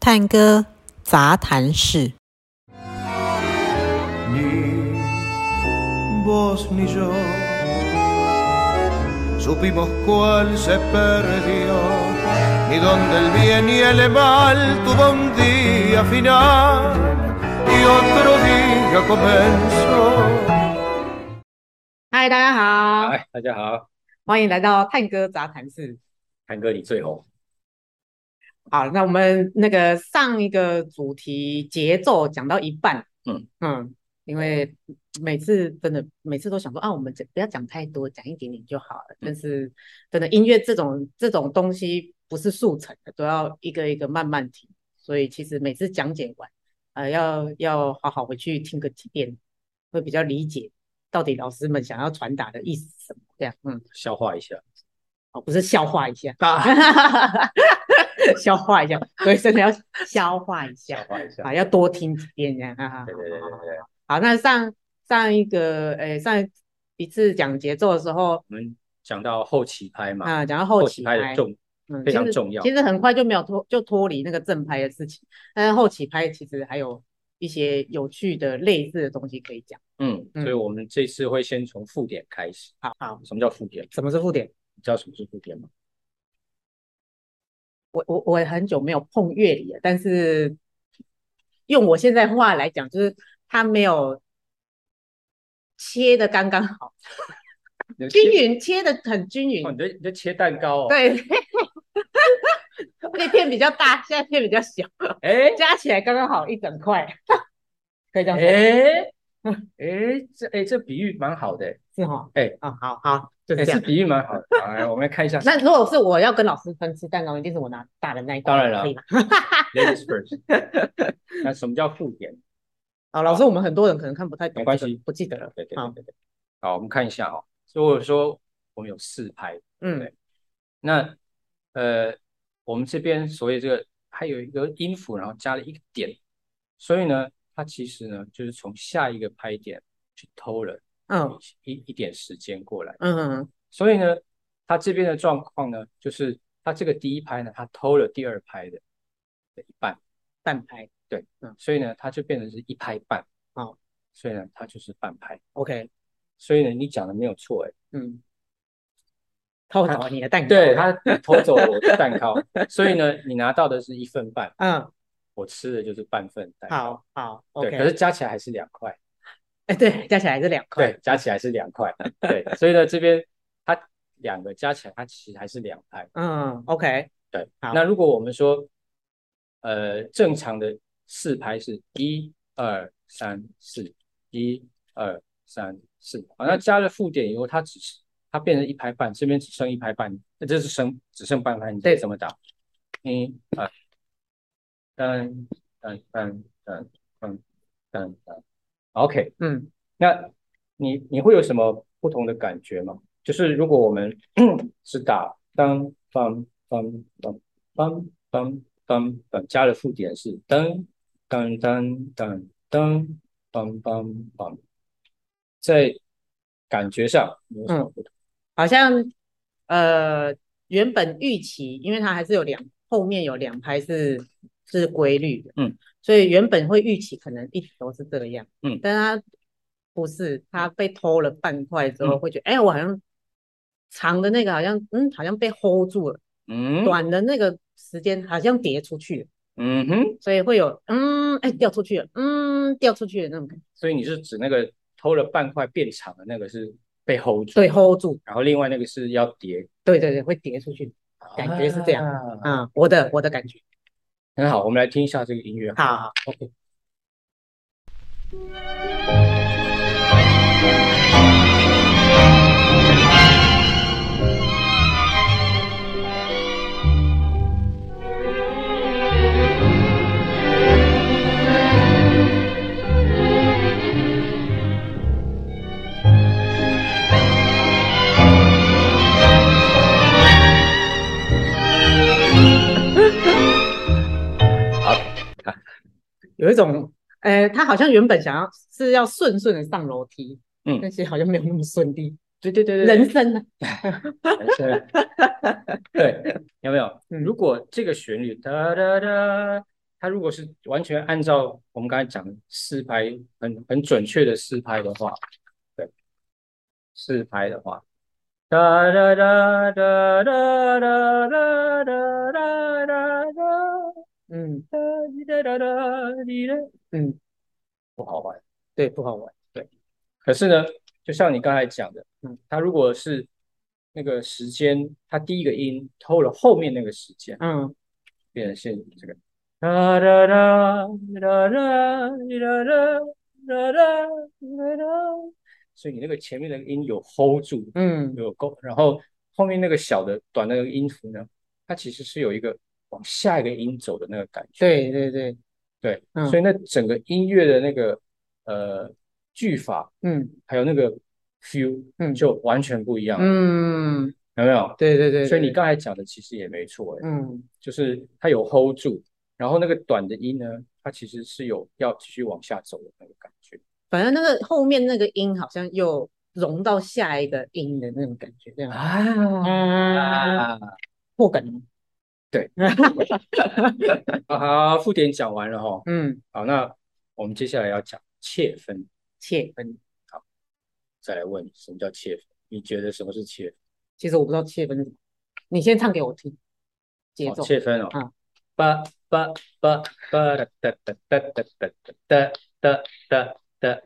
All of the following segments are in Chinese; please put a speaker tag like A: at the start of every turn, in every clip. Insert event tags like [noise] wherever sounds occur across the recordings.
A: 探戈杂谈室。
B: Ni vos ni yo supimos cuál se perdió, ni dónde el bien y el mal tuvo un día final y otro día comenzó.
C: 嗨，大家好，
D: 嗨，哎大家好，
C: 欢迎来到探戈杂谈室。
D: 探哥你最红，
C: 好，那我们那个上一个主题节奏讲到一半，
D: 嗯
C: 嗯，因为每次真的每次都想说啊，我们这不要讲太多，讲一点点就好了。但是真的音乐这种这种东西不是速成的，都要一个一个慢慢听。所以其实每次讲解完，呃，要要好好回去听个几遍，会比较理解到底老师们想要传达的意思是什么。这样，嗯。
D: 消化一下。
C: 哦，不是消化一下，
D: 啊，
C: [laughs] 消化一下，所以真的要消化一
D: [laughs] 消
C: 下
D: 化一下
C: 啊，。要多听几遍这样啊。
D: 对对对对对，
C: 好，那上上一个，诶，上一次讲节奏的时候
D: 我们讲到后期拍嘛，
C: 啊，讲到
D: 嗯后
C: 后期
D: 拍
C: 拍
D: 的重，
C: 嗯
D: 非
C: 其
D: 常
C: 实
D: 重要
C: 其实很快就没有脱就脱离那个正拍的事情，但是后期拍其实还有一些有趣的类似的东西可以讲。
D: 嗯，
C: 嗯
D: 所以我们这次会先从附点开始。
C: 好好，
D: 什么叫附点？
C: 什么是附点？
D: 你知道什么是附点吗？
C: 我我我也很久没有碰乐理了，但是用我现在话来讲，就是它没有切的刚刚好，
D: 你的
C: 均
D: 切
C: 匀，切的很均匀
D: 哦，。你在你在切蛋糕哦。，
C: 对，那片比较大，现在片比较小，
D: 哎
C: 加起来刚刚好一整块，可以这样说
D: 哎
C: 嗯
D: 哎，这哎这比喻蛮好的，
C: 是哈？
D: 哎
C: 哦，好好，就
D: 哎
C: 是这
D: 这
C: 样。
D: 比喻蛮好的。好来，我们来
C: [laughs]
D: 看一下
C: 那如果是我要跟老师分吃蛋糕，一定是我拿大的那一块，
D: 当然了
C: 可以吗？
D: ladies first。那什么叫附点？
C: 好，老师，我们很多人可能看不太懂，
D: 没关系
C: 不记得了。
D: 对对
C: 好
D: 对对对。好，我们看一下哦。所以我说我们有四拍。
C: 嗯
D: 对那呃，我们这边所谓这个还有一个音符，然后加了一个点，所以呢，它其实呢就是从下一个拍点去偷了
C: 嗯
D: 一一一点时间过来。
C: 嗯嗯
D: 所以呢，它这边的状况呢，就是它这个第一拍呢，它偷了第二拍的的一半，
C: 蛋拍
D: 所以呢，它就变成是一拍半。
C: 哦，
D: 所以呢，它就是半拍。
C: ，OK，
D: 所以呢，你讲的没有错，哎，
C: 嗯，偷走你的蛋糕，
D: 对，它偷走了我的蛋 [laughs] 糕，所以呢，你拿到的是一份半。
C: 嗯，
D: 我吃的就是半份蛋糕，
C: 好好
D: 对
C: ，OK，
D: 可是加起来还是两块，
C: 哎，对，加起来是两块，
D: 对，加起来是两块，对，所以呢，这边它两个加起来，它其实还是两拍，
C: 嗯，OK，
D: 对。
C: 好
D: 那如果我们说，呃，正常的四拍是一二三四，一二三四，好，那加了附点以后，它只是它变成一拍半，这边只剩一拍半，那这是剩只剩半拍，你
C: 对
D: 得怎么打？一二，噔噔噔噔噔噔噔，OK。
C: 嗯
D: 那你你会有什么不同的感觉吗？就是如果我们 [clears throat] 只打当当当当当当当当，加了附点是当当当当当当当当，在感觉上有什么不同？
C: 好像呃原本预期，因为它还是有两后面有两拍是是规律的，
D: 嗯，
C: 所以原本会预期可能一直都是这样，
D: 嗯
C: 但它不是，它被偷了半块之后
D: 嗯
C: 会觉得，哎，我好像长的那个好像嗯好像被 hold 住了，
D: 嗯
C: 短的那个时间好像跌出去了。
D: 嗯哼，
C: 所以会有嗯，哎，掉出去了，嗯，掉出去了那种感觉，
D: 所以你是指那个偷了半块变长的那个是被 hold 住，
C: 对，hold 住，
D: 然后另外那个是要叠，
C: 对对对，会跌出去，感觉是这样
D: 啊
C: 啊、我的我的感觉，
D: 很好，我们来听一下这个音乐。
C: 好好，
D: ，OK。
C: 有一种，呃，他好像原本想要是要顺顺的上楼梯，
D: 嗯
C: 但是好像没有那么顺利，
D: 对对对对，
C: 人生呢，啊
D: 是，对，有没有？
C: 嗯
D: 如果这个旋律哒哒哒，它如果是完全按照我们刚才讲的四拍很很准确的四拍的话，对，四拍的话，哒哒哒哒哒哒哒哒哒哒哒。
C: 嗯，
D: 哒滴哒哒哒滴哒，
C: 嗯，
D: 不好玩，对，不好玩，对。可是呢，就像你刚才讲的，嗯，它如果是那个时间，它第一个音偷了后面那个时间，
C: 嗯，
D: 变成现这个哒哒哒哒哒滴哒哒哒哒哒哒，所以你那个前面那个音有 hold 住，
C: 嗯，
D: 有够，然后后面那个小的短的那个音符呢，它其实是有一个往下一个音走的那个感觉。
C: 对对对，
D: 对，
C: 嗯
D: 所以那整个音乐的那个呃句法，
C: 嗯
D: 还有那个 feel，
C: 嗯
D: 就完全不一样了，
C: 嗯，
D: 有没有？
C: 对对对，
D: 所以你
C: 对，
D: 刚才讲的其实也没错，哎，
C: 嗯
D: 就是它有 hold 住，然后那个短的音呢，它其实是有要继续往下走的那个感觉。
C: 反正那个后面那个音好像又融到下一个音的那种感觉，这样
D: 啊
C: 啊，
D: 啊！
C: 破梗，
D: [laughs] 对，好，附点讲完了哈，
C: 嗯，
D: 好，那我们接下来要讲切分，
C: 切
D: 分，好，再来问你什么叫切分？你觉得什么是切分？
C: 其实我不知道切分是什么，你先唱给我听，节
D: 哦
C: 奏，
D: 切分哦
C: 嗯，
D: 八八八八哒哒哒哒哒哒哒哒哒哒哒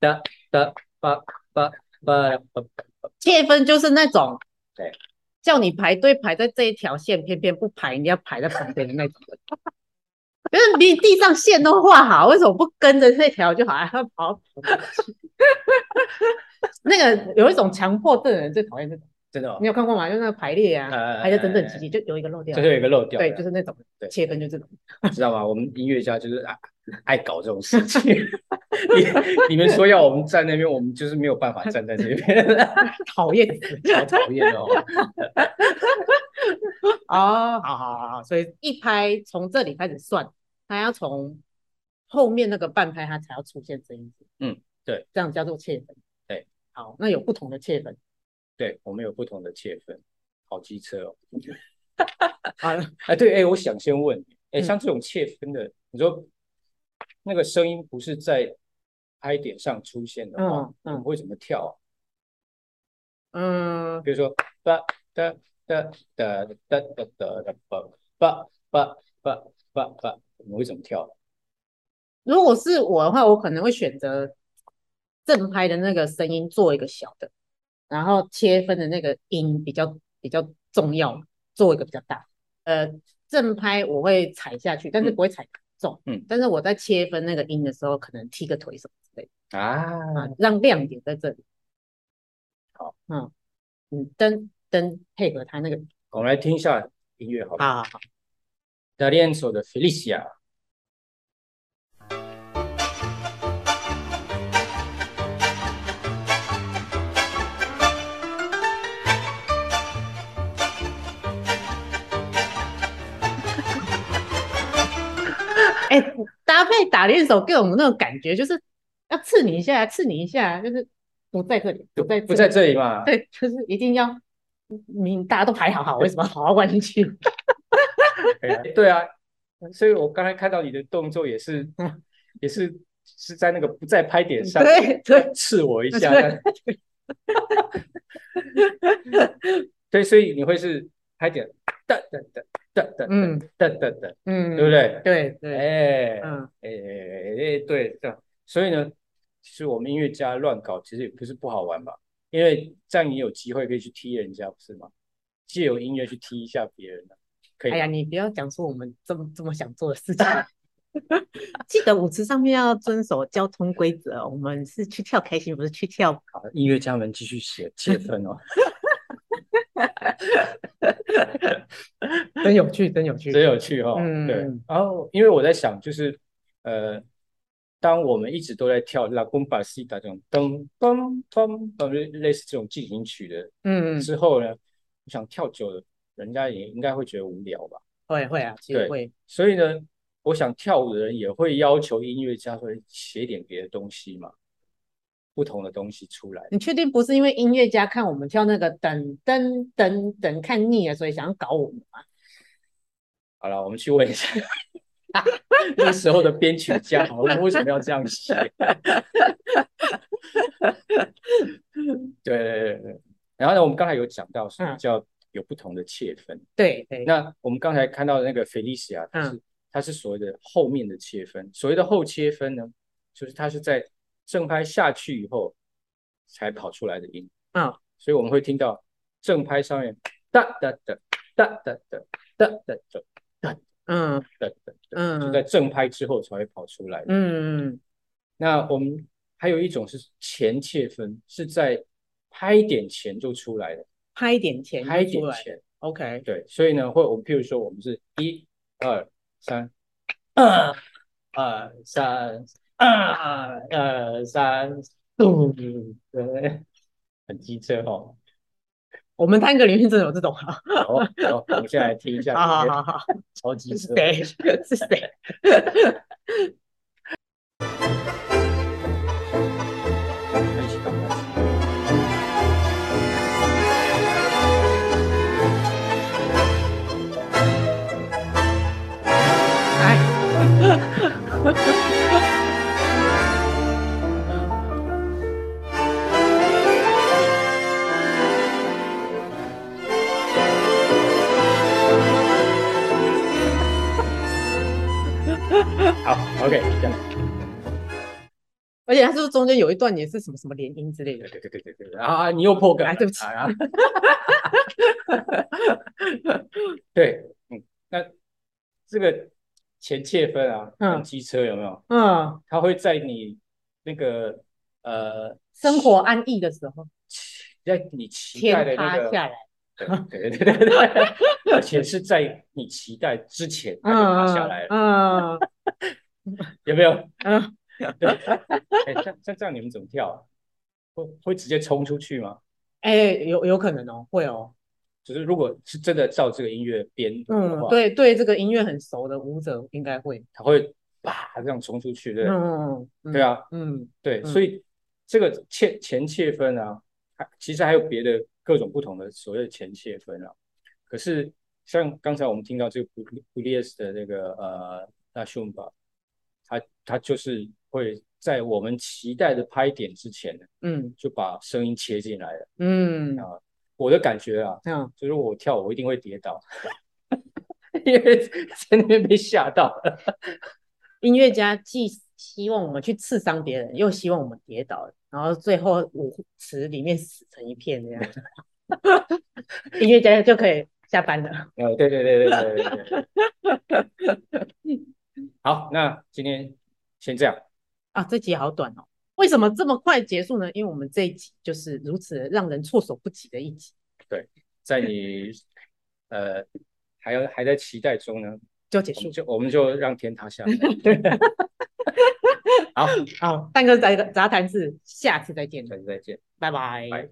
D: 哒哒八八八哒八八，
C: 切分就是那种，
D: 对，
C: 叫你排队排在这一条线，偏偏不排，你要排在旁边的那种人。就是你地上线都画好，为什么不跟着那条就好？还要跑？那个有一种强迫症的人最讨厌这种，
D: 真的哦
C: 你，有看过吗？就那个排列啊，
D: 哎
C: 排的整整齐齐，就有一个漏掉
D: 这。是有一个漏掉的，
C: 对，就是那种
D: 对
C: 切分，就这种。
D: 知道吗？我们音乐家就是 [laughs] 爱爱搞这种事情。你 [laughs] 你们说要我们站那边，我们就是没有办法站在这边， [laughs]
C: 讨厌
D: 好讨厌哦。
C: 哦，好好好好，所以一拍从这里开始算，它要从后面那个半拍它才要出现声音字。
D: 嗯，对，
C: 这样叫做切分。
D: 对，
C: 好，那有不同的切分
D: 对我们有不同的切分，好机车
C: [laughs]
D: 哦。
C: 啊，
D: 哎，对，哎，我想先问你，哎，
C: 嗯
D: 像这种切分的，你说那个声音不是在拍点上出现的话
C: 嗯，嗯
D: 你会怎么跳啊？
C: 嗯，
D: 比如说哒哒哒哒哒哒哒哒吧吧吧吧吧吧，你会怎么跳？
C: 如果是我的话，我可能会选择正拍的那个声音做一个小的，然后切分的那个音比较比较重要，做一个比较大。呃，正拍我会踩下去，但是不会踩很重。
D: 嗯
C: 但是我在切分那个音的时候，可能踢个腿什么之类的。啊
D: 啊，，
C: 让亮点在这里。
D: 好，
C: 嗯嗯，灯灯配合它那个，
D: 我们来听一下音乐，好不好？
C: 好好好，
D: d a r i e n z o 的 Felicia，
C: 哎、搭配打练手各种那种感觉，就是要刺你一下，刺你一下，就是不在这里，不在
D: 不在这里嘛？
C: 对，就是一定要，明大家都排好好，为什么 [laughs] 好好弯曲？
D: 对啊， [laughs] 对啊，所以我刚才看到你的动作也是 [laughs]
C: 嗯，
D: 也是是在那个不在拍点上
C: 对对，
D: 刺我一下。
C: 对
D: [laughs] 对，所以你会是拍点哒哒哒哒哒
C: 嗯
D: 哒哒哒，
C: 嗯，
D: 对不？对？
C: 对对，
D: 哎
C: 嗯
D: 哎哎，对这样。所以呢，其实我们音乐家乱搞，其实也不是不好玩嘛，因为这样你有机会可以去踢人家，不是吗？借由音乐去踢一下别人啊可以
C: 哎呀，
D: 吗？
C: 你不要讲出我们这么这么想做的事情。 [laughs] 记得舞池上面要遵守交通规则哦，我们是去跳开心，不是去跳
D: 好，音乐家们继续写借分哦，
C: 真有趣，真有趣
D: [laughs] 真有趣哈、哦。
C: 嗯
D: 对，然后因为我在想，就是呃，当我们一直都在跳 La Gomba s i t a 这种噔噔噔噔，类似这种进行曲的
C: 嗯，
D: 之后呢，我想跳久了，人家也应该会觉得无聊吧。
C: 会会啊，其
D: 对
C: 实会，
D: 所以呢，我想跳舞的人也会要求音乐家说写点别的东西嘛，不同的东西出来。
C: 你确定不是因为音乐家看我们跳那个噔噔噔噔看腻了，所以想要搞我们吗？
D: 好了，我们去问
C: [laughs]
D: 一下那时候的编曲家，我们为什么要这样写？ [laughs] 对对对对。然后呢，我们刚才有讲到什么
C: 嗯
D: 叫有不同的切分。
C: 对对，
D: 那我们刚才看到的那个 Felicia，它
C: 嗯
D: 是、它是所谓的后面的切分。所谓的后切分呢，就是它是在正拍下去以后才跑出来的音。
C: 嗯，
D: 所以我们会听到正拍上面哒哒哒哒哒哒哒哒哒
C: 嗯
D: 哒哒，
C: 嗯
D: 就在正拍之后才会跑出来的。
C: 嗯嗯
D: 那我们还有一种是前切分，是在拍点前就出来的，
C: 拍点前
D: 拍
C: 就
D: 点
C: 出来
D: 前。
C: ，OK，
D: 对，所以呢，会我们譬如说，我们是一、二、三，二、二、三，二、二、三，咚，对，很机车哦。
C: 我们三个里面真的有这种啊，
D: 好，好，我们现在来听一下，
C: 好好好好，
D: 超级
C: 是
D: 车。
C: 谁？ [laughs] 是谁？
D: 一起干嘛
C: 哎，
D: 好，OK，这样，
C: 而且他是不是中间有一段也是什么什么联姻之类的
D: 对？对对对对对，对啊，你又破梗了，
C: 哎对不起
D: 啊，对，嗯，那这个前切分啊，很
C: 嗯
D: 机车有没有？
C: 嗯，
D: 它会在你那个呃，
C: 生活安逸的时候，
D: 在你期待的
C: 天
D: 那
C: 塌
D: 个，
C: 下来，
D: 对对对对对，而且是在你期待之前它就塌下来了，
C: 嗯
D: 有没有？
C: 嗯
D: 对，哎，像像这样你们怎么跳啊？会会直接冲出去吗？
C: 哎，有有可能哦，会哦，
D: 就是如果是真的照这个音乐编的
C: 嗯，
D: 话，
C: 对对，这个音乐很熟的舞者应该会，
D: 它会啪这样冲出去，对不对
C: 嗯嗯
D: 对，啊，
C: 嗯
D: 对，
C: 嗯
D: 所以这个切前切分啊，还其实还有别的各种不同的所谓的前切分啊。可是像刚才我们听到这个布布列斯的那个呃纳雄吧，他他就是会在我们期待的拍点之前呢，
C: 嗯
D: 就把声音切进来了。
C: 嗯
D: 啊我的感觉啊，
C: 嗯，
D: 就是我跳我一定会跌倒， [laughs] 因为 [laughs] 在那边被吓到了。
C: 音乐家既希望我们去刺伤别人，又希望我们跌倒，然后最后舞池里面死成一片这样，音乐家就可以下班了。
D: 呃，对对对对对对对对。 [laughs] 好，那今天先这样。
C: 啊，这集好短哦，为什么这么快结束呢？因为我们这一集就是如此让人措手不及的一集。
D: 在你呃还有还在期待中呢，
C: 就结
D: 我
C: 束
D: 们。就我们就让天塌下 [laughs] 来。好，
C: 好，蛋哥杂杂谈室，下次再见，
D: 下次再见。
C: 拜拜
D: 拜